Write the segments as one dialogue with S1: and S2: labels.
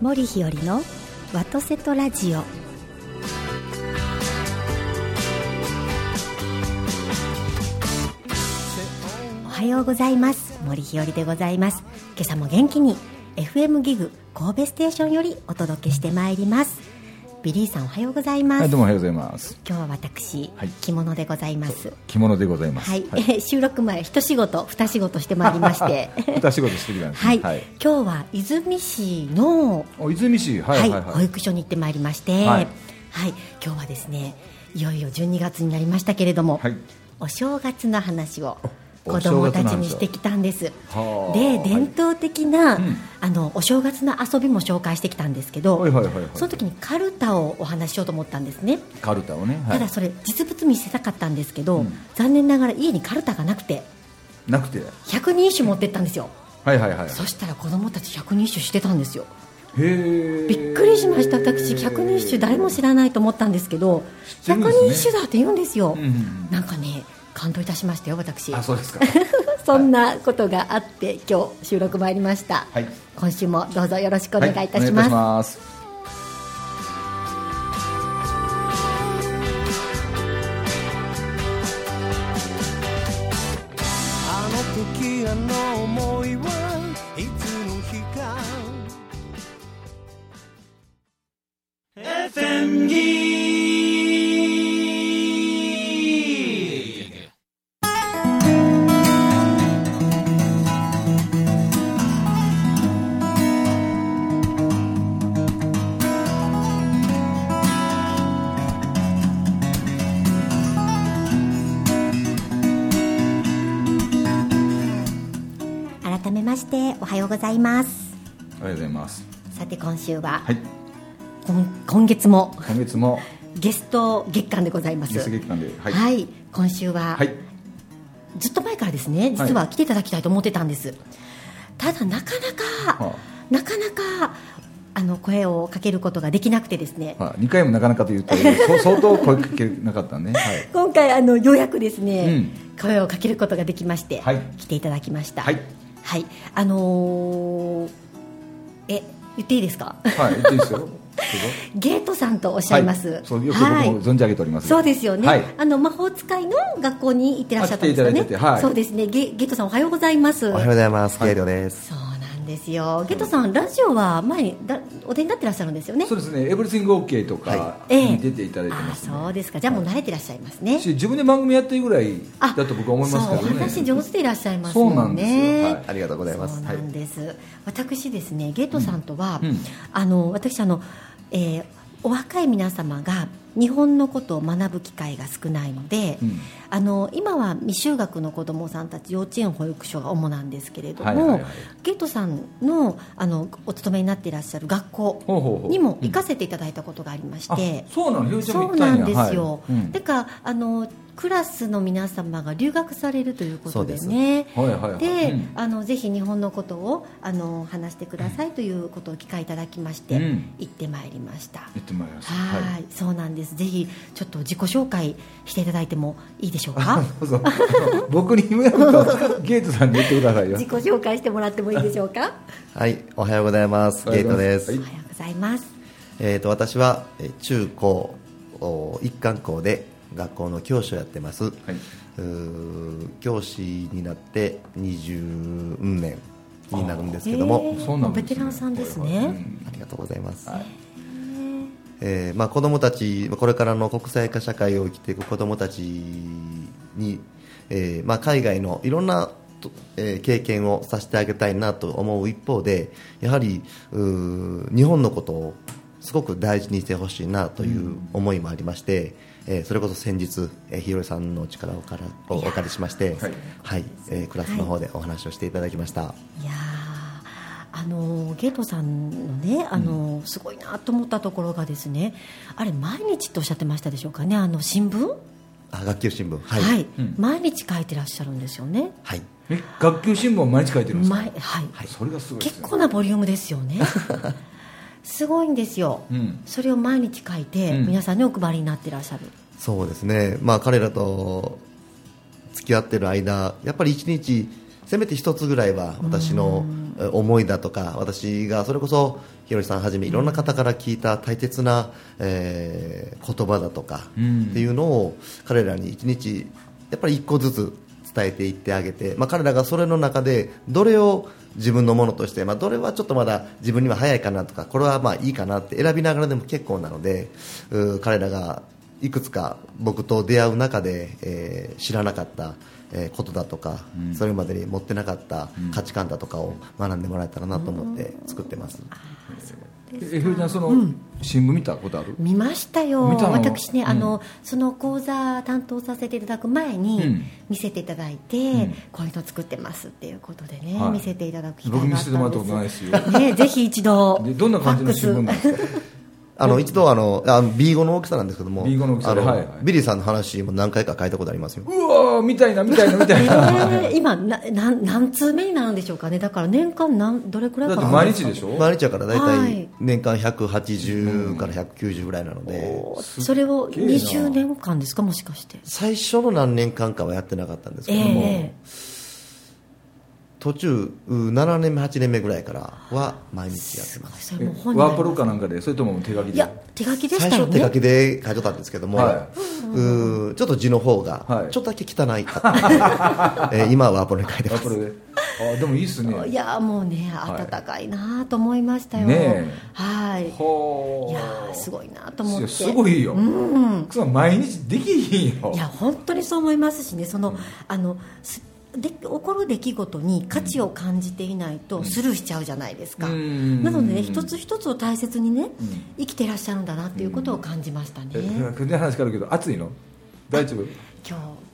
S1: 森日和のワトセトラジオおはようございます森日和でございます今朝も元気に FM ギグ神戸ステーションよりお届けしてまいりますビリーさんおはようございます、
S2: はい、どうもおはようございます。
S1: 今日は私、
S2: はい
S1: 着物でございます
S2: 着物でございます。
S1: はい、 収録前一仕事二仕事してまいりまして
S2: 歌仕事してきたんです、
S1: は
S2: ね。
S1: い、今日は泉市の
S2: お泉市、は
S1: はいい、
S2: はいは
S1: 保
S2: い。
S1: 育所に行ってまいりまして、は
S2: はいい、
S1: 今日はですね、いよいよ12月になりましたけれども、
S2: はい
S1: お正月の話を
S2: お
S1: 子供たちにしてきたんです。で、
S2: はあ
S1: 伝統的な、
S2: うん
S1: あのお正月の遊びも紹介してきたんですけど、
S2: はいはいはいはい
S1: その時にカルタをお話ししようと思ったんですね。
S2: カルタをね、は
S1: た
S2: い
S1: だそれ実物見せたかったんですけど、
S2: うん
S1: 残念ながら家にカルタがなくて
S2: なくて、
S1: 100人一首持ってったんですよ、
S2: はいはいはい。
S1: そしたら子供たち100人一首してたんですよ
S2: へえ。
S1: びっくりしました私百人一首誰も知
S2: な
S1: ら
S2: い。
S1: ないと思ったんですけど
S2: 知ってる
S1: 百
S2: んですね
S1: 人一首だって言うんですよ、
S2: うんうん
S1: なんかね感動いたしましたよ私
S2: あ、そうですか。
S1: そんなことがあって今日収録参りました、
S2: はい
S1: 今週もどうぞよろしくお願いいた
S2: は
S1: します,、
S2: お願いいたします。
S3: あの時あの思いはいつの日か FM ギー
S1: 改めましておはようございます
S2: おはようございます。
S1: さて今週は、
S2: はい。
S1: 今今月も
S2: 今月も
S1: ゲスト月間でございます
S2: ゲスト月間で、
S1: はい、
S2: はい。
S1: 今週は、
S2: はい。
S1: ずっと前からですね実は来ていただきたいと思ってたんです、ただなかなか、
S2: は
S1: なかなかあの声をかけることができなくてですね、
S2: はい。二回もなかなかと 言ったけど、そう相当声かけなかったね。はい。
S1: 今回あのようやくですね、
S2: うん
S1: 声をかけることができまして、
S2: はい
S1: 来ていただきました
S2: はい、
S1: はいあのーえ言っていいですか
S2: はい。言っていいですよ。どうぞ
S1: ゲートさんとおっしゃいます、
S2: はそうよく僕も存じ上げております。
S1: そうですよね、
S2: はい。
S1: あの魔法使いの学校に行ってらっしゃったんですよね、
S2: あ来ていただいててはい
S1: そうですねゲゲートさんおはようございます
S4: おはようございます。ケイリョです。
S1: そうなんですよ。ゲットさん、ラジオは前にだお出になってらっしゃるんですよね。
S2: そうですね。エブリシングオーケーとかに出ていただいて
S1: あ
S2: ますね。
S1: そうですか。じゃあもう慣れてらっしゃいますね。
S2: し自分で番組やってるぐらい
S1: あ
S2: だと僕は思いますけど
S1: そうお話
S2: ね
S1: 上手でいらっしゃいます
S2: そう
S1: も
S2: なんんで
S1: ね。
S2: すよはい
S4: ありがとうございます
S1: そう。なんです。私ですね、ゲットさんとは、
S2: うんうん
S1: あの私あの、えーお若い皆様が日本のことを学ぶ機会が少ないので。
S2: うん
S1: あの今は未就学の子どもさんたち幼稚園保育所が主なんですけれども、
S2: はいはいはい
S1: ゲートさんのあのお勤めになっていらっしゃる学
S2: ほう
S1: 校
S2: ほうほう
S1: にも行かせていただいたことがありまして
S2: あ、そうなのひよりちゃんも
S1: そ
S2: 行
S1: う
S2: ったん
S1: な
S2: や
S1: んですよ、
S2: はいうん
S1: だからあのクラスの皆様が留学されるということでね。
S2: はいはいはい
S1: で、
S2: うん
S1: あのぜひ日本のことをあの話してくださいということをお機会いただきまして、
S2: うん
S1: 行ってまいりました。
S2: 行ってまいりました
S1: はい
S2: はい
S1: そうなんです。ぜひちょっと自己紹介していただいてもいいでしょう か。
S2: そうそう僕に夢やとゲートさんに言ってくださいよ
S1: 自己紹介してもらってもいいでしょうか。
S4: はい、おはようございます。
S2: おは
S4: ケ
S2: よ
S4: イリ
S2: う
S4: ョ
S2: ござい
S4: で
S2: ます
S4: す
S1: お。はようございます。
S4: えっと、私はえー中高お一貫校で学校の教師をやってます。うー教師になって20年になるんですけども、
S2: そうなんですね
S1: ベテランさんですね。
S2: はいはいうん
S4: ありがとうございます。えーまあ、子どもたちこれからの国際化社会を生きていく子どもたちに、えーまあ、海外のいろんな、とえー経験をさせてあげたいなと思う一方でやはりうー日本のことをすごく大事にしてほしいなという思いもありまして、えーそれこそ先日、えー、日和さんのお力をおからおお借りしまして、
S2: は
S4: はいいえークラスの方でお話をしていただきました。
S1: いやーあのゲートさんのねあの、すごいなと思ったところがですねあれ毎日とおっしゃってましたでしょうかねあの新聞は、
S4: あ学級新聞はいい、はい
S2: うん
S1: 毎日書いてらっしゃるんですよね
S2: え学級新聞毎日書いてるんですか
S1: 毎はい、
S2: それがすごいです
S1: 結
S2: ね
S1: 構なボリュームですよねすごいんですよ、
S2: うん
S1: それを毎日書いて、
S2: うん
S1: 皆さんにお配りになってらっしゃる
S4: そうですね、まあ、彼らと付き合ってる間やっぱり1日せめて一つぐらいは私のえ思いだとか私がそれこそひろりさんはじめいろんな方から聞いた大切な、えー言葉だとか
S2: うん
S4: っていうのを彼らに一日やっぱり一個ずつ伝えていってあげて、まあ、彼らがそれの中でどれを自分のものとして、まあ、どれはちょっとまだ自分には早いかなとかこれはまあいいかなって選びながらでも結構なのでうー彼らがいくつか僕と出会う中で、えー知らなかった、えーことだとか、それまでに持ってなかった価値観だとかを学んでもらえたらなと思って作ってます。
S2: えひろりちゃんその、新聞見たことある
S1: 見ましたよ
S2: 見たの
S1: 私ね、
S2: うん
S1: あのその講座担当させていただく前
S2: う
S1: に
S2: ん
S1: 見せていただいて、
S2: ん
S1: こういうの作ってますっていうことでね、
S2: はい
S1: 見せていただく機
S2: 僕
S1: 会
S2: 見
S1: があっ
S2: せ
S1: た
S2: てもらったこ
S1: ん
S2: とないで
S1: です
S2: すよ
S1: ね、ぜひ一度
S2: でどんな感じの新聞なん
S1: ファッ
S2: で
S1: クス
S2: すか
S4: あの一度あのあ B5 の大きさなんですけども
S2: B5 の大きさ
S4: あの、
S2: はいはい
S4: ビリーさんの話も何回か書いたことありますよ
S2: うわーみたいなみたいなみたいな
S1: えー今ななん何通目になるんでしょうかねだから年間なんどれくらい
S2: だ
S1: か
S2: って
S1: な
S2: 毎日でしょ
S4: マリちゃんから大
S1: はい
S4: 体年間180から190ぐらいなので、
S1: それを
S2: すっげえな
S1: 20年間ですかもしかして
S4: 最初の何年間かはやってなかったんですけ
S1: え
S4: ど
S1: え
S4: も、
S1: え
S4: 途中う7年目8年目ぐらいからは毎日やってます
S1: えそれ
S2: え
S1: もう本になりま
S2: ワー
S1: す
S2: プロかなんかでそれとも手書き
S1: い
S2: で
S1: や手書きでし
S4: 最
S1: たよ
S4: 初手書
S1: ね
S4: きで書いとったんですけども、
S2: は
S4: うーちょっと字の方が、
S2: はい
S4: ちょっとだけ汚いか ったので、えー今はワープロに書いて
S2: ワ
S4: ま
S2: ープロ
S4: す
S2: であでもいいっすね
S1: いやもうね
S2: はい
S1: 温かいなと思いましたよ、
S2: ねえ
S1: はい
S2: ほ
S1: い
S2: ー
S1: やーすごいなと思って
S2: いやすごいよ、
S1: うん
S2: そんな毎日できひんよ
S1: いや本当にそう思いますしねその、あのすで起こる出来事に価値を感じていないとスルーしちゃうじゃないですか、
S2: うん
S1: なのでね一つ一つを大切にね、
S2: ん
S1: 生きてらっしゃるんだなっていうことを感じましたね、
S2: え
S1: 今
S2: 全然話変わるけど暑いの大 丈夫
S1: 日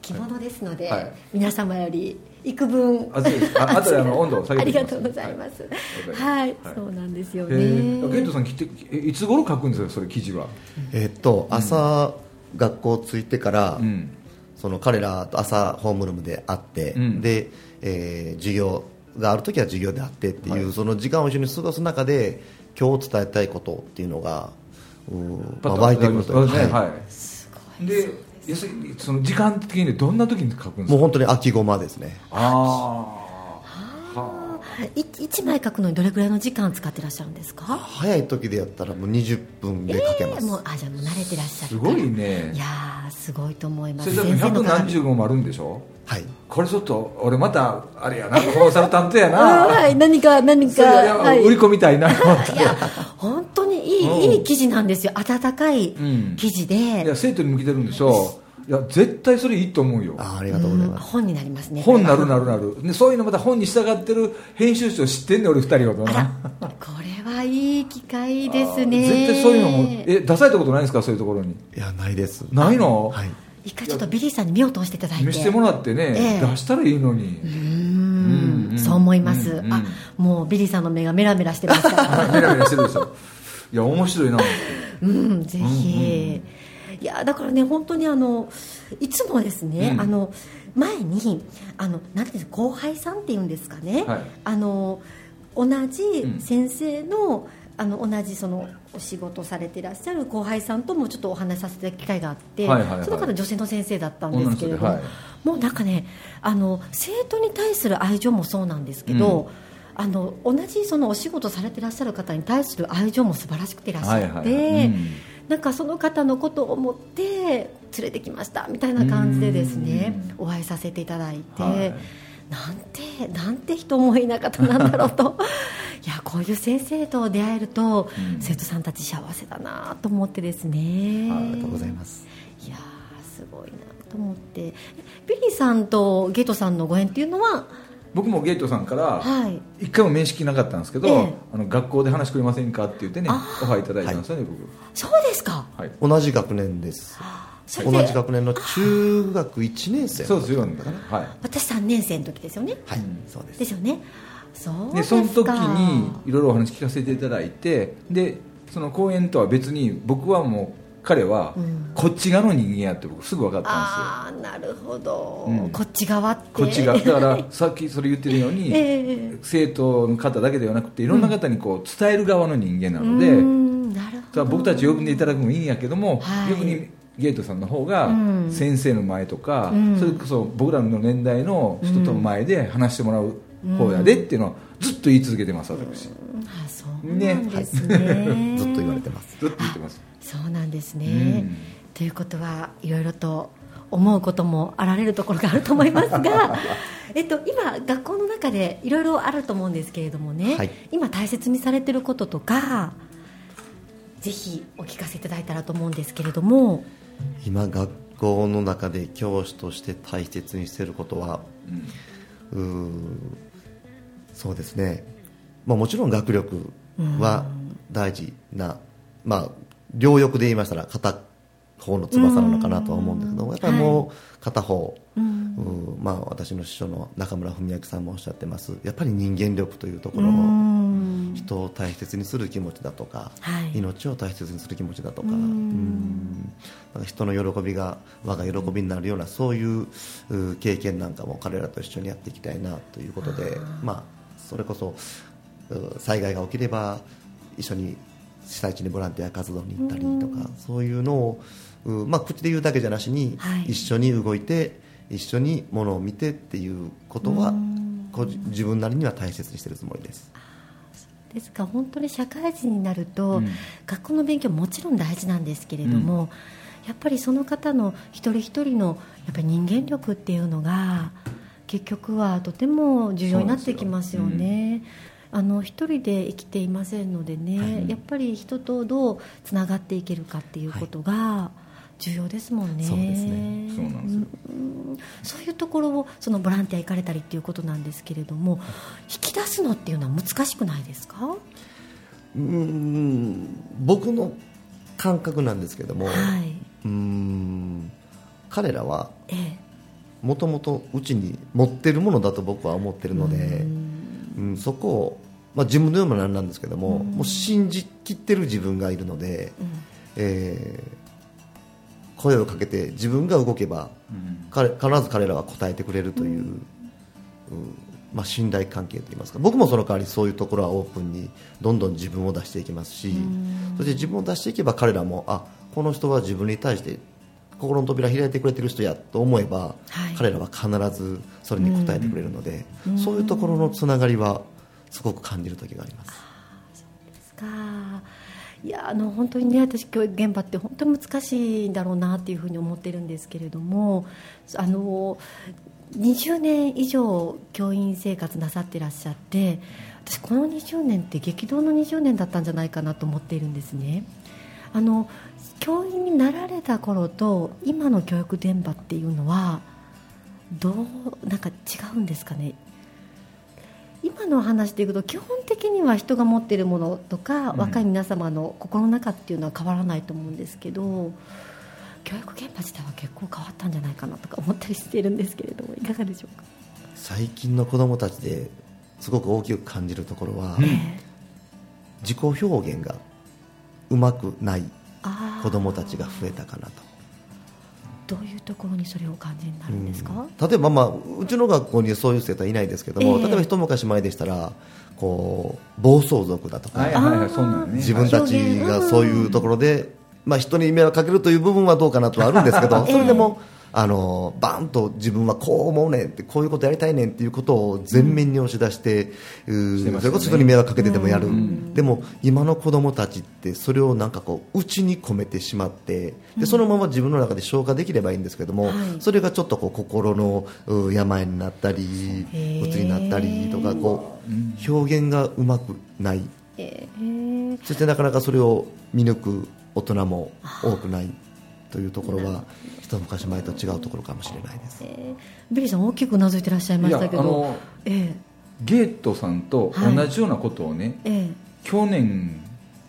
S1: 着物ですので、
S2: はい
S1: 皆様より幾分
S2: 暑いですあ後であの温度を下
S1: あ
S2: げ
S1: り
S2: てき
S1: が
S2: ます
S1: とうございますは、
S2: はいいわかりました
S1: そうなんですよ
S2: え
S1: ね、
S2: ー、ゲントさん来てえいつ頃書くんですかそれ記事は
S4: えーっと朝、学校着いてから、
S2: うん
S4: その彼らと朝ホームルームで会って、
S2: うん
S4: で、えー授業がある時は授業で会ってっていう、
S2: は
S4: その時間を一緒に過ごす中で今日伝えたいことっていうのがうー
S2: パ
S4: まあ
S2: ッと
S4: 湧いてくるとい
S2: そうう
S4: か
S2: ですね
S4: は
S2: はいい、で要するにその時間的にどんな時に書くんです
S4: もう
S2: か
S4: 本当に秋ごまですね
S2: ああはあ
S1: い一枚書くのにどれくらいの時間使ってらっしゃるんですか
S4: 早い時でやったらもう20分で書けます、
S1: もうあじゃあもう慣れてらっしゃる
S2: すごいね
S1: いやーすごいと思いま
S2: そ
S1: す
S2: れで
S1: 先
S2: も
S1: 生
S2: 百
S1: の
S2: 何
S1: 鏡
S2: 十号もあるんでしょ
S4: はい
S2: これちょっと俺またあれやなコンサルタントや
S1: あー
S2: な
S1: はい何か何
S2: そ
S1: か
S2: れで
S1: はい
S2: 売り込みたいな
S1: いや本当にいい,、
S2: うん
S1: いい記事なんですよ温かい
S2: うん
S1: 記事
S2: い
S1: で
S2: や、生徒に向けてるんでしょいや絶対それいいと思うよ
S4: あーありがとうござい
S1: うん
S4: ます、
S1: 本になりますね
S2: 本なるなるなるでそういうのまた本に従ってる編集長知ってんねん俺二人ほど
S1: あ
S2: な
S1: らこれはいい機会ですね
S2: 絶対そういうのもえ出されたことないんですかそういうところに
S4: いやないです
S2: ないの、
S4: はい
S1: 一回ちょっとビリーさんに目を通していただいて
S2: 見せてもらってね、
S1: ええ
S2: 出したらいいのに、
S1: うー
S2: うんん
S1: そう思います、
S2: うん
S1: あもうビリーさんの目がメラメラしてますから
S2: メラメラしてるでしょいや面白 いな
S1: うん、ぜひ、いやだからね本当にあのいつもですね、
S2: うん
S1: あの前にあのなんていうんですか後輩さんっていうんですかね、
S2: はい
S1: あの同じ
S2: ん
S1: 先生の、あの同じそのお仕事されていらっしゃる後輩さんともちょっとお話しさせていただく機会があって、
S2: はいはいはい
S1: その方女性の先生だったんですけれども、
S2: 女の人では
S1: もうなんかねあの生徒に対する愛情もそうなんですけど、あの同じそのお仕事されていらっしゃる方に対する愛情も素晴らしくていらっしゃって、
S2: うん
S1: なんかその方のことを思って連れてきましたみたいな感じでですねお会いさせていただいて、
S2: はい
S1: なんてなんて人思いな方なんだろう といやこういう先生と出会えると、
S2: うん
S1: 生徒さんたち幸せだなと思ってですね
S4: ありがとうございます
S1: いやーすごいなと思ってえビリーさんとゲートさんのご縁っていうのは
S2: 僕もゲートさんから
S1: はい
S2: 一回も面識なかったんですけど、
S1: ええ
S2: あの学校で話してくれませんかって言ってねオファーいただいたんですよね、
S1: そうですか
S2: 僕はい
S4: 同じ学年です
S1: それ
S4: 同
S1: で
S4: じ学年の中学1年生
S2: そうですよねはい
S1: 私3年生の時ですよね
S4: はい、そうです
S1: ですよねそう
S2: で
S1: ですか
S2: その時にいろいろお話聞かせていただいてでその講演とは別に僕はもう彼は
S1: うん
S2: こっち側の人間やって僕すぐ分かったんで
S1: ああなるほど、
S2: うん
S1: こっち側って
S2: すよこっち側だからさっきそれ言ってるように、
S1: ええ
S2: 生徒の方だけではなくていろんな方にこう伝える側の人間なので、
S1: うーんなるほ
S2: た
S1: ど
S2: だ僕たち呼んでいただくのもいいんやけども、
S1: はい
S2: 逆にゲートさんの方が
S1: うん
S2: 先生の前とか、
S1: うん
S2: それこそ僕らの年代の人との前で話してもらう方やでっていうのはずっと言い続けてます私ずっ
S1: あそうなんですね
S4: ずっと言われてます
S2: と言ってます
S1: そうなんですね、
S2: うん
S1: ということはいろいろと思うこともあられるところがあると思いますが、 えっと、今学校の中でいろいろあると思うんですけれどもね、
S4: はい
S1: 今大切にされてることとかぜひお聞かせいただいたらと思うんですけれども
S4: 今学校の中で教師として大切にしていることは
S2: うん
S4: うーんそうですね、まあ、もちろん学力は大事な、まあ、両翼で言いましたら片方の翼なのかなとは思うんですけどやっぱりもう片方、うーんまあ、私の師匠の中村文明さんもおっしゃってますやっぱり人間力というところ
S1: う
S4: の
S1: ん
S4: 人を大切にする気持ちだとか、
S1: はい
S4: 命を大切にする気持ちだとかうんなんか人の喜びが我が喜びになるようなそういうう経験なんかも彼らと一緒にやっていきたいなということでまあ、それこそう災害が起きれば一緒に被災地にボランティア活動に行ったりとかそういうのを、うまあ、口で言うだけじゃなしに、
S1: はい
S4: 一緒に動いて一緒にものを見てっていうことはこう自分なりには大切にしてるつもりです。
S1: ですから本当に社会人になると、
S2: うん
S1: 学校の勉強もちろん大事なんですけれども、やっぱりその方の一人一人のやっぱり人間力っていうのが結局はとても重要になってきますよね。あの一人で生きていませんのでね、やっぱり人とどうつながっていけるかっていうことが重要ですもんね。
S4: そうですね
S2: そうなんですよ
S1: そういうところをそのボランティア行かれたりっていうことなんですけれども引き出すのっていうのは難しくないですか
S4: うーん僕の感覚なんですけども、
S1: はい、
S4: うーん彼らは
S1: ええ、
S4: もともとうちに持ってるものだと僕は思ってるので、うんそこを、まあ、自分の言うのもなんなんですけども,、もう信じきってる自分がいるので、えー声をかけて自分が動けば
S2: うん
S4: 彼必ず彼らは答えてくれるという、うんまあ、信頼関係といいますか僕もその代わりそういうところはオープンにどんどん自分を出していきますし、そして自分を出していけば彼らもあこの人は自分に対して心の扉開いてくれてる人やと思えば、
S1: はい
S4: 彼らは必ずそれに応えてくれるので、そういうところのつながりはすごく感じる時があります。
S1: ですかいやあの本当にね私教育現場って本当に難しいんだろうなっていうふうに思ってるんですけれどもあの20年以上教員生活なさってらっしゃって私この20年って激動の20年だったんじゃないかなと思っているんですねあの教員になられた頃と今の教育現場っていうのはどうなんか違うんですかね今のお話でいくと基本的には人が持っているものとか、
S2: うん
S1: 若い皆様の心の中っていうのは変わらないと思うんですけど教育現場自体は結構変わったんじゃないかなとか思ったりしてるんですけれどもいかがでしょうか、
S4: 最近の子供たちですごく大きく感じるところは、
S1: ええ
S4: 自己表現がうまくない
S1: あー
S4: 子供たちが増えたかなと。
S1: どういうところにそれをお感じになるんですか、
S4: 例えば、まあ、うちの学校にそういう生徒はいないですけども、
S1: ええ
S4: 例えば一昔前でしたらこう暴走族だとか、
S2: はいは いはいそんなのね
S4: 自分たちがそういうところで、まあ、人に迷惑かけるという部分はどうかなとはあるんですけ ど、
S1: ええ
S4: それでもあのバーンと自分はこう思うねんってこういうことやりたいねんっていうことを前面に押し出して、う
S2: して
S4: ー
S2: ま
S4: それ
S2: すよね
S4: こそ人に迷惑かけてでもやる、でも今の子供たちってそれをなんかこう内に込めてしまってでそのまま自分の中で消化できればいいんですけども、
S1: はい
S4: それがちょっとこう心のう病になったり
S1: へえ
S4: 鬱になったりとかこう表現がうまくない。
S1: ええ
S4: そしてなかなかそれを見抜く大人も多くないというところは一昔前と違うところかもしれないです
S1: ええビリーさん大きくうなずいてらっしゃいましたけ
S2: いや
S1: ど
S2: あの
S1: え
S2: ゲートさんと同じようなことをね、
S1: えええ
S2: 去年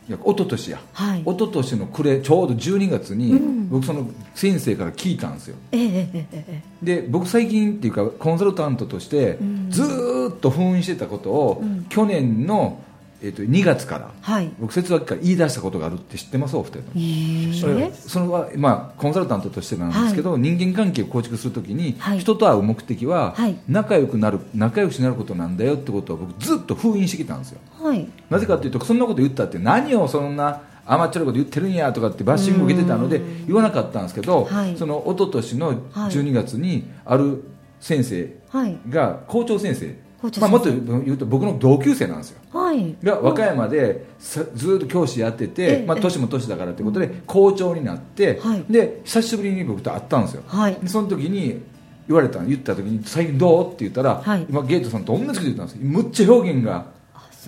S2: いや一昨年や、
S1: はい
S2: 一昨年の暮れちょうど12月に、
S1: うん
S2: 僕その先生から聞いたんですよ
S1: ええええええ
S2: で僕最近っていうかコンサルタントとして、
S1: ん
S2: ずーっと封印してたことを、
S1: うん
S2: 去年の、えっと2月から
S1: はい
S2: 僕節学期から言い出したことがあるって知ってますお二人とも
S1: ええ
S2: それそれは、まあ、コンサルタントとしてなんですけど、人間関係を構築するときに、
S1: はい
S2: 人と会う目的は、
S1: はい
S2: 仲良くなる仲良しになることなんだよってことを僕ずっと封印してきたんですよ
S1: はい
S2: なぜかというとそんなこと言ったって何をそんな甘っちょろいこと言ってるんやとかってバッシング受けてたので言わなかったんですけど、
S1: はい
S2: その一昨年の
S1: はい
S2: 12月にある先生
S1: はい
S2: が校長先生、
S1: 校長先生
S2: まあ、もっと言うと僕の同級生なんですよ
S1: はい
S2: が和歌山でさずっと教師やってて
S1: え、え
S2: まあ、
S1: ええ
S2: 年も年だからということで校長になって、
S1: はい
S2: で久しぶりに僕と会ったんですよ
S1: はい
S2: でその時に言われた言った時に「最近どう?」って言ったら、
S1: はい
S2: 今ゲートさんと同じこと言ったんですよむっちゃ表現が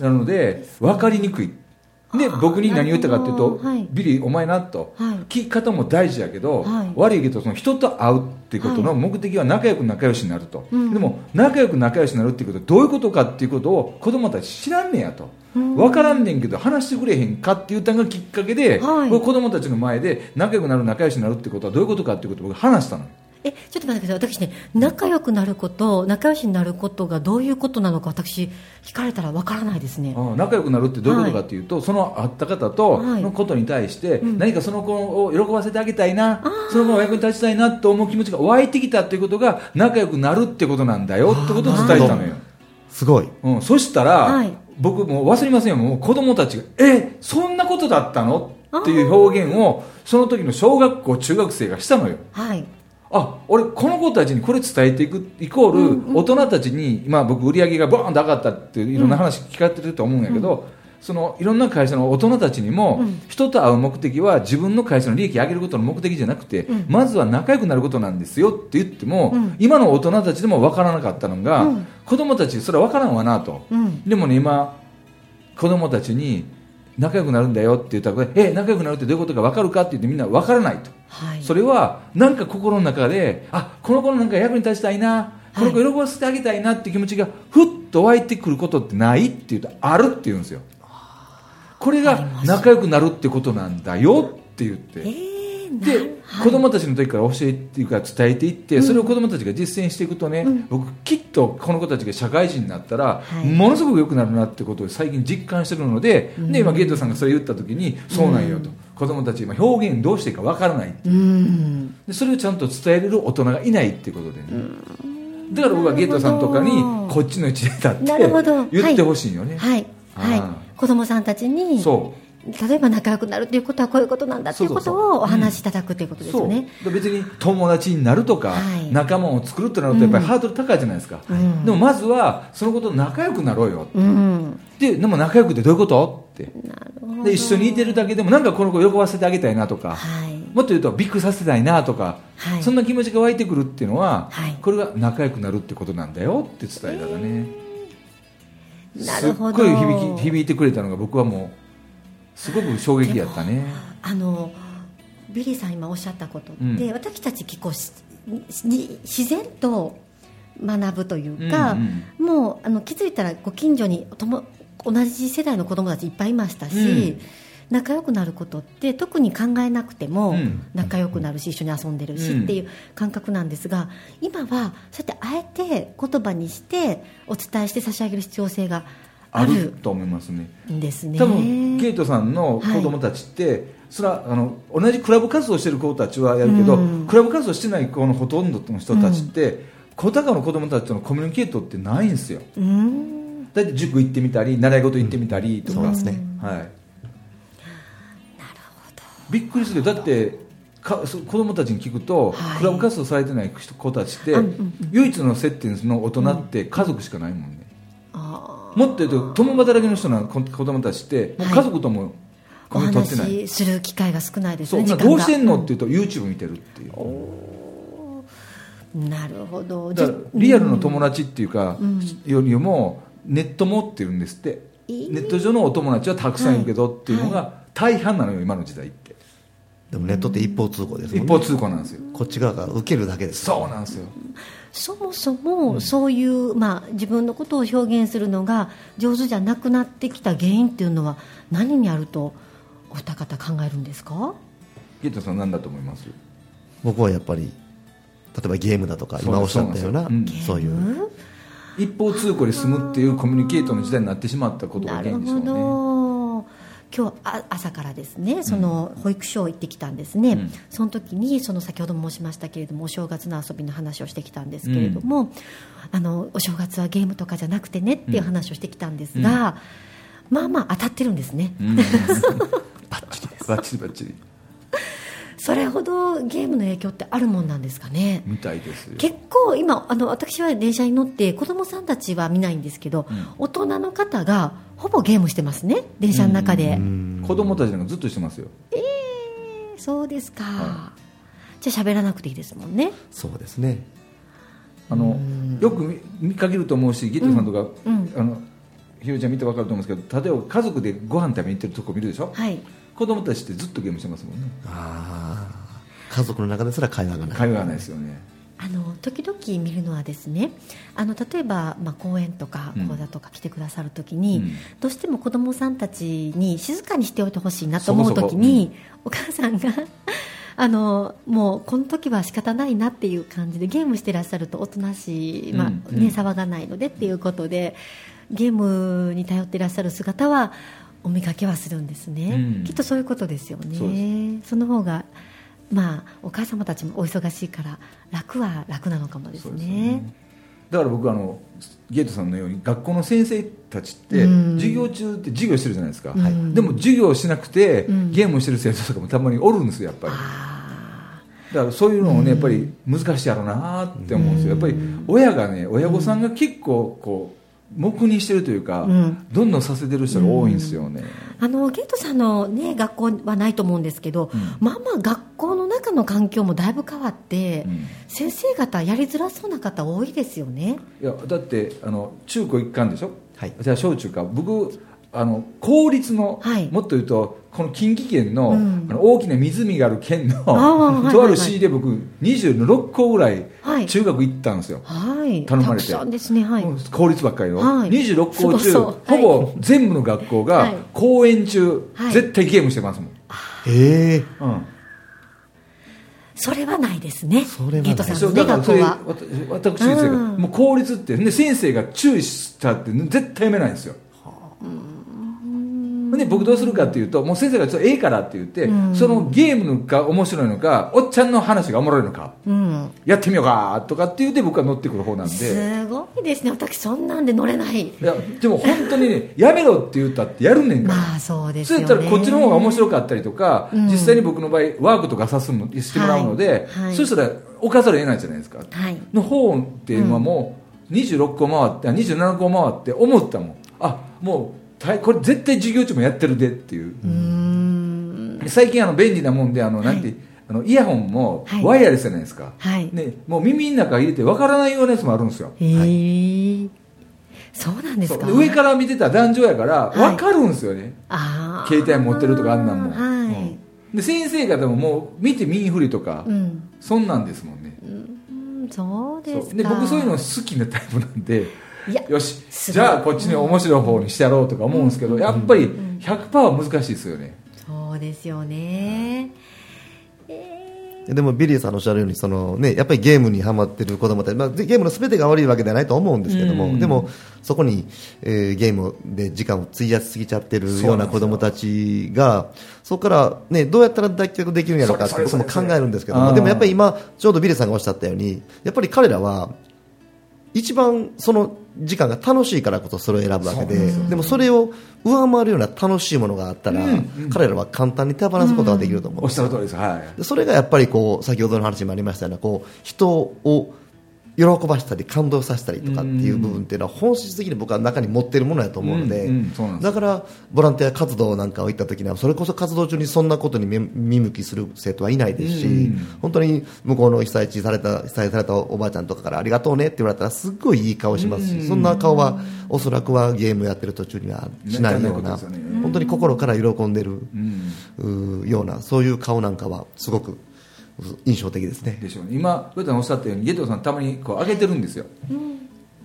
S2: なので分かりにくいで僕に何言ったかっていう
S1: なる
S2: と
S1: ほどはい
S2: 「ビリーお前な」と、
S1: はい
S2: 聞き方も大事やけど、
S1: はい
S2: 悪いけどその人と会うっていうことの目的は仲良く仲良しになると、でも仲良く仲良しになるっていうことはどういうことかっていうことを子供たち知らんねやと。分からんねんけど話してくれへんかっていうたんがきっかけで、
S1: はい
S2: 僕子供たちの前で仲良くなる仲良しになるってことはどういうことかっていうことを僕話したの
S1: えちょっと待ってください私ね仲良くなること仲良しになることがどういうことなのか私聞かれたらわからないですね
S2: ああ仲良くなるってどういうことかっていうと、その会った方と
S1: はい
S2: のことに対して、何かその子を喜ばせてあげたいな、その子のお役に立ちたいなと思う気持ちが湧いてきたっていうことが仲良くなるってことなんだよってことを伝えたのよ、
S4: すごい
S2: うん、そしたら、
S1: はい
S2: 僕もう忘れませんよもう子供たちがえそんなことだったのっていう表現をその時の小学校中学生がしたのよ
S1: はい
S2: あ俺この子たちにこれ伝えていくイコール、大人たちに今僕売り上げがボーンと上がったっていういろんな話聞かれてると思うんやけど、そのいろんな会社の大人たちにも、人と会う目的は自分の会社の利益上げることの目的じゃなくて、まずは仲良くなることなんですよって言っても、今の大人たちでも分からなかったのが、子供たちそれは分からんわなと、
S1: うん
S2: でもね今子供たちに仲良くなるんだよって言ったらえ仲良くなるってどういうことか分かるかって言ってみんな分からないと。
S1: はい
S2: それはなんか心の中であこの子のなんか役に立ちたいなこの子喜ばせてあげたいなって気持ちがふっと湧いてくることってないって言うとあるって言うんですよこれが仲良くなるってことなんだよって言って、
S1: えー、な
S2: で子供たちの時から教えていうか伝えていって、それを子供たちが実践していくとね、僕きっとこの子たちが社会人になったら、
S1: はい
S2: ものすごく良くなるなってことを最近実感してるので、で今ゲートさんがそれ言った時にそうなんよと、子供たち今表現どうしていいか分からないって
S1: うん
S2: でそれをちゃんと伝えれる大人がいないっていうことでね、だから僕はゲートさんとかに
S1: なるほど
S2: こっちの位置で立っ
S1: なるほど
S2: て言ってほしいよね、
S1: はいはい
S2: あ
S1: 子供さんたちに
S2: そ
S1: 例えば仲良くなるということはこういうことなんだということをお話しいただくということ
S2: う
S1: です
S2: そ
S1: よ
S2: う
S1: ね。
S2: で別に友達になるとか、
S1: はい
S2: 仲間を作るってなるとやっぱりハードル高いじゃないですか、でもまずはそのこと仲良くなろうよ
S1: うん
S2: ででも仲良くってどういうことって
S1: なるほど
S2: で一緒にいてるだけでもなんかこの子喜ばせてあげたいなとか、
S1: はい
S2: もっと言うとビッグさせたいなとか、
S1: はい
S2: そんな気持ちが湧いてくるっていうのは、
S1: はい
S2: これが仲良くなるってことなんだよって伝え方ね、
S1: なるほど
S2: すっごい響き響いてくれたのが僕はもうすごく衝撃やったね
S1: あのビリーさん今おっしゃったことって、
S2: うん
S1: 私たち結構しに自然と学ぶというか、
S2: うん
S1: もうあの気づいたらご近所にとも同じ世代の子供たちいっぱいいましたし、仲良くなることって特に考えなくても
S2: うん
S1: 仲良くなるし、一緒に遊んでるし
S2: うん
S1: っていう感覚なんですが今はそうやってあえて言葉にしてお伝えして差し上げる必要性があ
S2: ある
S1: る
S2: と思いますね
S1: んですね。
S2: 多分ゲートさんの子供たちって、それはあの同じクラブ活動してる子たちはやるけど、
S1: うん
S2: クラブ活動してない子のほとんどの人たちって、小高の子供たちとのコミュニケートってないんですよ
S1: うん
S2: だいたい塾行ってみたり習い事行ってみたりとか、
S4: そうですね
S2: はい、なるほどびっくりするよだってかそ子供たちに聞くと、
S1: はい
S2: クラブ活動されてない人子たちって、
S1: うんうん
S2: 唯一の接点の大人って家族しかないもんね、
S1: あ
S2: もっと言うと共働きの人の子子供たちってもう家族と
S1: ー
S2: も
S1: お
S2: コミュニ取ってない、
S1: 話しする機会が少ないです
S2: そ
S1: ね
S2: う
S1: 時間が
S2: どうしてんのって言うと YouTube 見てるっていう
S1: なるほど
S2: だ
S1: じ
S2: からリアルの友達っていうか、よりもネットもって言うんですって、
S1: いい
S2: ネット上のお友達はたくさんいるけどっていうの
S1: は
S2: が大半なのよ今の時代って
S4: でもネットって一方通行ですも
S2: 一
S4: んね
S2: 方通行なんですよ
S4: こっち側から受けるだけです
S2: そうなんですよ
S1: そもそもそういう、まあ、自分のことを表現するのが上手じゃなくなってきた原因っていうのは何にあるとお二方考えるんですか
S2: ゲットさん何だと思います
S4: 僕はやっぱり例えばゲームだとか今おっしゃったような
S2: そうなんです
S4: そういう
S2: 一方通行で済むっていうコミュニケートの時代になってしまったことが
S1: な
S2: 原
S1: る
S2: 因でし
S1: ほ
S2: ょ
S1: ど今日あ朝からですねその保育所行ってきたんですね、
S2: うん
S1: その時にその先ほども申しましたけれどもお正月の遊びの話をしてきたんですけれども、あのお正月はゲームとかじゃなくてねっていう話をしてきたんですが、まあまあ当たってるんですね、
S2: うねうんバッチリバッチリ
S1: それほどゲームの影響ってあるもんなんですかね
S2: みたいですよ
S1: 結構今あの私は電車に乗って子供さんたちは見ないんですけど、
S2: うん
S1: 大人の方がほぼゲームしてますね電車の中で、
S2: 子供たちなんかずっとしてますよ
S1: そうですか、
S2: は
S1: じゃあ喋らなくていいですもんね
S4: そうですね
S2: あのよく見見かけると思うしギットさんとか、
S1: うん
S2: あのひろりちゃん見てわかると思うんですけど例えば家族でご飯食べに行ってるとこ見るでしょ、
S1: はい
S2: 子供たちってずっとゲームしてますもんね
S4: ああ家族の中ですら会話がない
S2: 会話がないですよね
S1: あの時々見るのはですねあの例えば、まあ、公園とか
S2: うん
S1: 講座とか来てくださるときに、
S2: うん
S1: どうしても子どもさんたちに静かにしておいてほしいなと
S2: そこ
S1: 思
S2: そうこ
S1: ときにお母さんが あのもうこの時は仕方ないなっていう感じでゲームしてらっしゃるとおとなしい、まあ
S2: うんうん
S1: ね、騒がないのでっていうことでゲームに頼ってらっしゃる姿はお見かけはするんですね、
S2: うん
S1: きっとそういうことですよね。
S2: そうで
S1: ねその方がまあお母様たちもお忙しいから楽は楽なのかもです
S2: そうです
S1: ね
S2: だから僕あのゲートさんのように学校の先生たちって
S1: うん
S2: 授業中って授業してるじゃないですか、
S1: うん
S2: でも授業しなくて
S1: うん
S2: ゲームしてる生徒とかもたまにおるんですよやっぱり
S1: あ
S2: だからそういうのをねやっぱり難しいやろうなって思うんですよやっぱり親がね親御さんが結構こう黙認してるというか、
S1: うん
S2: どんどんさせてる人が多いんですよね、
S1: あのゲートさんの、ね、学校はないと思うんですけど、
S2: うん
S1: まあまあ学校の中の環境もだいぶ変わって、
S2: うん
S1: 先生方やりづらそうな方多いですよね
S2: いやだってあの中高一貫でしょ、
S4: はい
S2: じゃあ小中か僕あの公立の、
S1: はい
S2: もっと言うとこの近畿圏の,、
S1: うん
S2: あの大きな湖がある県の
S1: あーはい
S2: とあ
S1: はいは
S2: る
S1: い
S2: 市で僕26校ぐらい
S1: はい
S2: 中学行ったんですよ、
S1: はい
S2: 頼まれて
S1: たくさんですねはい、
S2: うん公立ばっかりの、
S1: はい
S2: 26校中
S1: すごそう
S2: ほぼ全部の学
S1: は
S2: 校が
S1: い
S2: 公演中、
S1: はい
S2: 絶対ゲームしてますもん、
S4: ええ
S2: うん
S1: それはないですね
S4: それはない
S1: ゲートさん
S2: そ
S1: の
S2: う
S1: ね
S2: だから
S1: 学
S2: そ
S1: 校
S2: れ
S1: は
S2: わた私ですけど
S1: うん
S2: もう公立ってで先生が注意したって絶対読めないんですよで僕どうするかっていうともう先生がちょっとええからって言って
S1: うん
S2: そのゲームのか面白いのかおっちゃんの話がおもろいのか
S1: うん
S2: やってみようかとかって言って僕は乗ってくる方なんです
S1: ごいですね私そんなんで乗れない
S2: いやでも本当にねやめろって言ったってやるねんから
S1: まあそうです
S2: そう
S1: よ
S2: や
S1: ね
S2: ったらこっちの方が面白かったりとか、
S1: うん
S2: 実際に僕の場合ワークとかさすのしてもらうので、
S1: はいはい
S2: そしたらおかざるを得ないじゃないですか
S1: はい
S2: の方っていうのはもう26個回ってあ27個回って思ったもんあもうたいこれ絶対授業中もやってるでっていう
S1: うーん
S2: 最近あの便利なもんであの、なんてあのイヤホンも
S1: はい
S2: ワイヤレスじゃないですか、
S1: はい
S2: ね、もう耳の中入れてわからないようなやつもあるんですよ
S1: へえそうなんですか
S2: そうで上から見てたら男女やから
S1: はい
S2: わかるんですよね、
S1: あー
S2: 携帯持ってるとかあんなんも、
S1: はい
S2: うんで先生方ももう見て見んふりとか、
S1: うん、
S2: そんなんですもんね
S1: うん、そうです
S2: そ
S1: か
S2: うで僕そういうの好きなタイプなんで
S1: いや
S2: よし
S1: すごい
S2: じゃあこっちに面白い方にしてやろうとか思うんですけど、やっぱり
S1: ん
S2: 100%は難しいですよね、
S1: そうですよね、
S4: でもビリーさんのおっしゃるようにその、ね、やっぱりゲームにはまってる子供たち、まあ、ゲームの全てが悪いわけではないと思うんですけども、
S2: うん
S4: でもそこに、えーゲームで時間を費やしすぎちゃってるような子供たちがそこから、ね、どうやったら脱却できるんやろうかって
S2: それ
S4: 僕
S2: それ
S4: も考えるんですけど
S2: それ
S4: も
S2: それ
S4: でもやっぱり今ちょうどビリーさんがおっしゃったようにやっぱり彼らは一番その時間が楽しいからこそそれを選ぶわけででもそれを上回るような楽しいものがあったら、彼らは簡単に手放すことができると思うん
S2: お
S4: で
S2: っ
S4: す
S2: しゃる通りですはい
S4: でそれがやっぱりこう先ほどの話にもありましたようなこう人を喜ばしたり感動させたりとかっていう部分っていうのは本質的に僕は中に持ってるものやと思うので、
S2: うんうんそうなんです
S4: だからボランティア活動なんかを行った時にはそれこそ活動中にそんなことに目見向きする生徒はいないですし、
S2: うん
S4: 本当に向こうの被災地された被災されたおばあちゃんとかからありがとうねって言われたらすっごいいい顔しますし、そんな顔はおそらくはゲームやってる途中にはしないような
S2: ねなんかないことですよね
S4: 本当に心から喜んでる。
S2: うん
S4: うーようなそういう顔なんかはすごくう印象的ですね
S2: でしょうね今上田さんおっしゃったようにゲトさんたまにこう上げてるんですよ、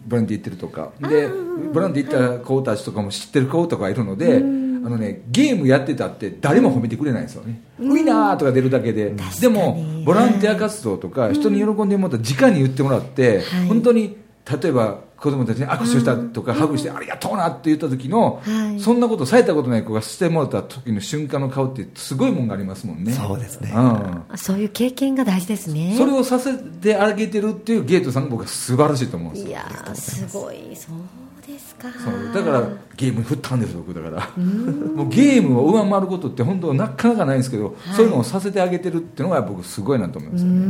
S2: ボランティア行ってるとかでボランティア行った子たちとかも知ってる子とかいるので、あのね、ゲームやってたって誰も褒めてくれないんですよね、ウィナーとか出るだけで、でもボランティア活動とか人に喜んでもらったら直に言ってもらって、
S1: はい
S2: 本当に例えば子供たちに握手したとか、ハグしてありがとうなって言った時の、
S1: はい
S2: そんなことされたことない子がしてもらった時の瞬間の顔ってすごいもんがありますもんね
S4: そうですね
S2: うん
S1: そういう経験が大事ですね
S2: それをさせてあげてるっていうゲートさんが僕は素晴らしいと思うんです
S1: い
S2: よ
S1: やーすごいそうですか
S2: そうだからゲームに振ったんです僕だからもうゲームを上回ることって本当なかなかないんですけど、そういうのをさせてあげてるっていうのが僕すごいなと思いますよね、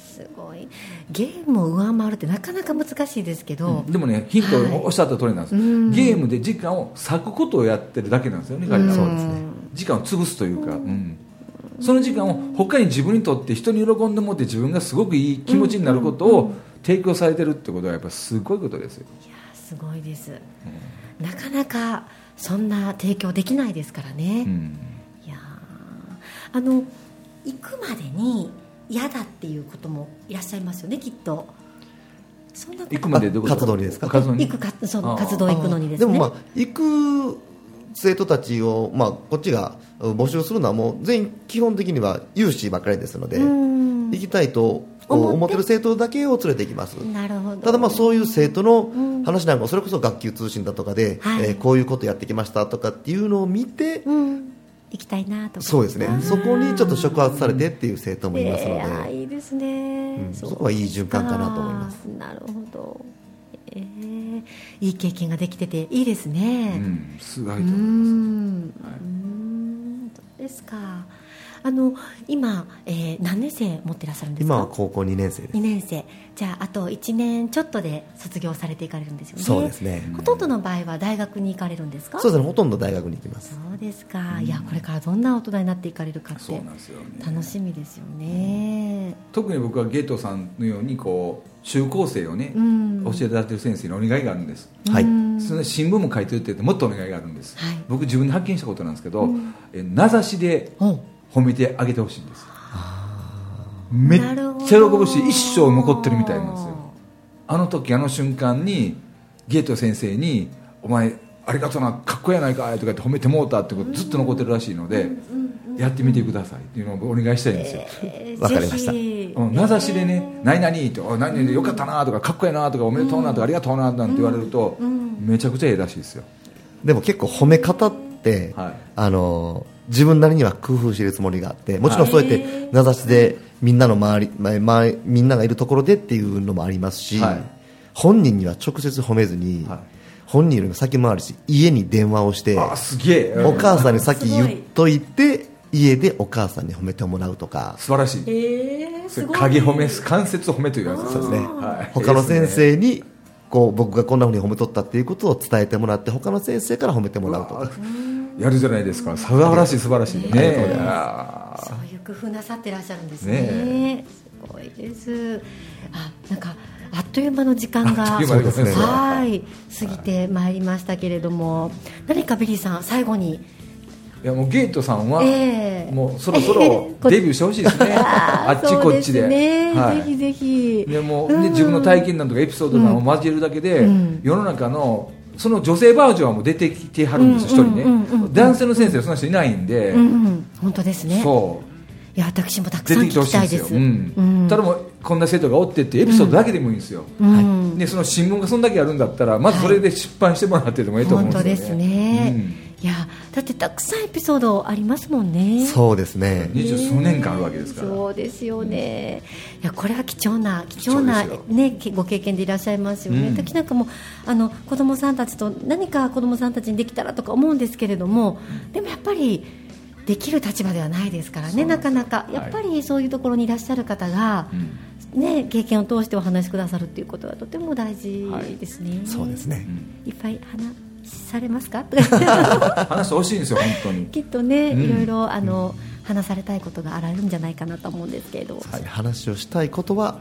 S1: すごいゲームを上回るってなかなか難しいですけど、
S2: でもねヒント
S1: はい
S2: をおっしゃった通りなんです、ゲームで時間を割くことをやってるだけなんですよね彼らは
S4: そうですね
S2: 時間を潰すというか、うんその時間を他に自分にとって人に喜んでもって自分がすごくいい気持ちになることを提供されてるってことはやっぱすごいことですよ
S1: いやーすごいです、なかなかそんな提供できないですからね、
S2: うん
S1: いやーあの行くまでに嫌だっていうこともいらっしゃいますよねきっとそんなこと
S2: 行くまでどういうこと
S4: 活動にですか
S2: 活動に
S1: 行くかその
S2: あー
S1: 活動行くのにです
S4: あ
S1: ね
S4: ーもまあ行く生徒たちを、まあ、こっちがうん募集するのはもう全員基本的には有志ばっかりですので、
S1: うん
S4: 行きたいと
S1: 思って
S4: 思ってる生徒だけを連れて行きます
S1: なるほど
S4: ただまあそういう生徒
S1: ん
S4: の話なんかもそれこそ学級通信だとかで、
S1: はい
S4: えーこういうことやってきましたとかっていうのを見て、
S1: うん、行きたいなとか
S4: そうですねそこにちょっと触発されてっていう生徒もいますので、
S1: えーあーいいですね、
S4: うん
S1: う
S4: そこはいい循環かなと思います
S1: あーなるほど、えーいい経験ができてていいです
S2: う
S1: ね
S2: んすごいと
S1: う
S2: 思います
S1: んうんそうですかあの今、えー何年生持ってらっしゃるんですか
S4: 今は高校2年生です
S1: 2年生じゃああと1年ちょっとで卒業されていかれるんですよね
S4: そうですね
S1: ほとんどの場合は大学に行かれるんですか
S4: そう
S1: そ
S4: で
S1: う
S4: すねほとんど大学に行きます
S1: ですか、いやこれからどんな大人になっていかれるかっ
S2: そう
S1: て
S2: なんですよね
S1: 楽しみですよね、
S2: 特に僕はゲートさんのようにこう中高生をね、
S1: うん
S2: 教えていただいてる先生にお願いがあるんです、
S4: はい
S1: うん
S2: それで新聞も書いてるって言ってもっとお願いがあるんです、
S1: はい
S2: 僕自分で発見したことなんですけど、え名指しで
S1: お
S2: 褒めてあげてほしいんですめっちゃ喜ぶし一生残ってるみたいなんですよあの時あの瞬間にゲート先生に「お前ありがとうなかっこいいやないかい」とかって褒めてもうたってことずっと残ってるらしいので、やってみてくださいっていうのをお願いしたいんですよ、
S1: えー
S4: わかりました
S1: ぜひ
S2: うん名指しでね「何々」とお「何々でよかったな」とか「かっこいいな」とか「おめでとうな」とか「ありがとうな」なんて言われると、めちゃくちゃええらしいですよ
S4: でも結構褒め方って、
S2: はい
S4: あの自分なりには工夫してるつもりがあってもちろん
S1: はい
S4: そうやって名指しでみんなの周り、ままみんながいるところでっていうのもありますし、
S2: はい
S4: 本人には直接褒めずに、
S2: はい
S4: 本人よりも先回りして家に電話をして
S2: あすげえ、
S4: お母さんに先
S1: すごい
S4: 言っといて家でお母さんに褒めてもらうとか
S2: 素晴らしい
S1: えー
S2: そ
S1: す
S2: れ
S1: ごい
S2: 影褒め関節褒めというやつ
S4: そうですね
S2: はい
S4: 他の先
S2: いいで
S4: 生にこう僕がこんなふうに褒めとったっていうことを伝えてもらって他の先生から褒めてもらうとか
S2: すねやるじゃないですか素晴らしい素晴らしいね
S4: りがとうござい
S2: あ
S1: そういう工夫なさってらっしゃるんです
S2: ね
S1: ねすごいですあなんかあっという間の時間
S2: あ
S1: が
S2: っという間ですね
S1: はい過ぎてまいりましたけれども何かビリーさん最後に
S2: ーいやもうゲートさんは、
S1: ええ
S2: もうそろそろ
S1: こ
S2: デビューしてほしいです ねあっちこっちで
S1: そうすね
S2: はい
S1: ぜひぜひ
S2: でも
S1: うん
S2: ね自分の体験談とかエピソードなんかを交えるだけで、
S1: うん
S2: 世の中のその女性バージョンはもう出てきてはるんです
S1: う
S2: よ、
S1: ん
S2: 一
S1: うん
S2: 人ね、男性の先生はそんな人いないんで、
S1: うんうん本当ですね
S2: そう
S1: いや私もたく
S2: 出
S1: さん聞
S2: てきてほ
S1: き
S2: しいん
S1: た
S2: で
S1: いで
S2: すよ、
S1: す
S2: うん
S1: うん
S2: ただもうこんな生徒がおってっていうエピソードだけでもいいんですよ、
S1: うん
S2: でその新聞がそんだけあるんだったらまずそれで出版してもらってでもいいと思うん
S1: 本
S2: ですよ
S1: 当
S2: ね、
S1: ですね、いやだってたくさんエピソードありますもんね
S4: そうですね
S2: 二十数年間あるわけですから
S1: そうですよね、いやこれは貴重な貴重な
S2: 貴重ですよ
S1: ねけご経験でいらっしゃいますよね、
S2: うん
S1: 私なんかもあの子供さんたちと何か子供さんたちにできたらとか思うんですけれどもでもやっぱりできる立場ではないですから
S2: そう
S1: ね
S2: なん
S1: な
S2: です
S1: か
S2: よ
S1: なか
S2: はい
S1: やっぱりそういうところにいらっしゃる方が、
S2: うん
S1: ね経験を通してお話しくださるっていうことはとても大事ですね、い、
S4: そうですね
S1: いっぱい話されますか
S2: 話してほしいんですよ本当に
S1: きっとね、
S2: うん
S1: いろいろあの、話されたいことがあられるんじゃないかなと思うんですけれど、
S4: はい話をしたいことは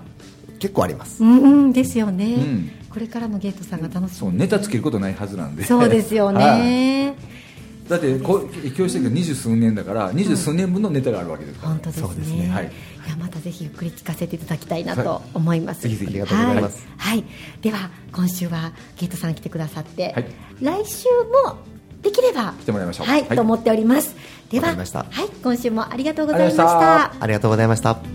S4: 結構あります
S1: うんうんですよね、
S2: ん
S1: これからもゲートさんが楽し
S2: そう
S1: み、
S2: ネタつけることないはずなんで
S1: そうですよ
S2: はい
S1: ね、
S2: だってこう教師的に二十数年だから二十数年分のネタがあるわけですから、
S1: 本当ですね
S4: そうです
S1: い
S4: ね
S2: はい
S1: やまたぜひゆっくり聞かせていただきたいな
S2: は
S1: と
S2: い
S1: 思います、
S2: ぜひぜひ
S4: ありがとうございます
S1: はい、はいでは今週はゲートさん来てくださって、
S2: はい
S1: 来週もできれば
S2: 来てもらいましょう
S1: はい、
S2: はい
S1: と思っておりますで
S4: わ
S1: は
S4: かりました
S1: はい今週もありがとうございまし
S2: ありがとうございました
S4: あ
S1: た
S4: りがとうございました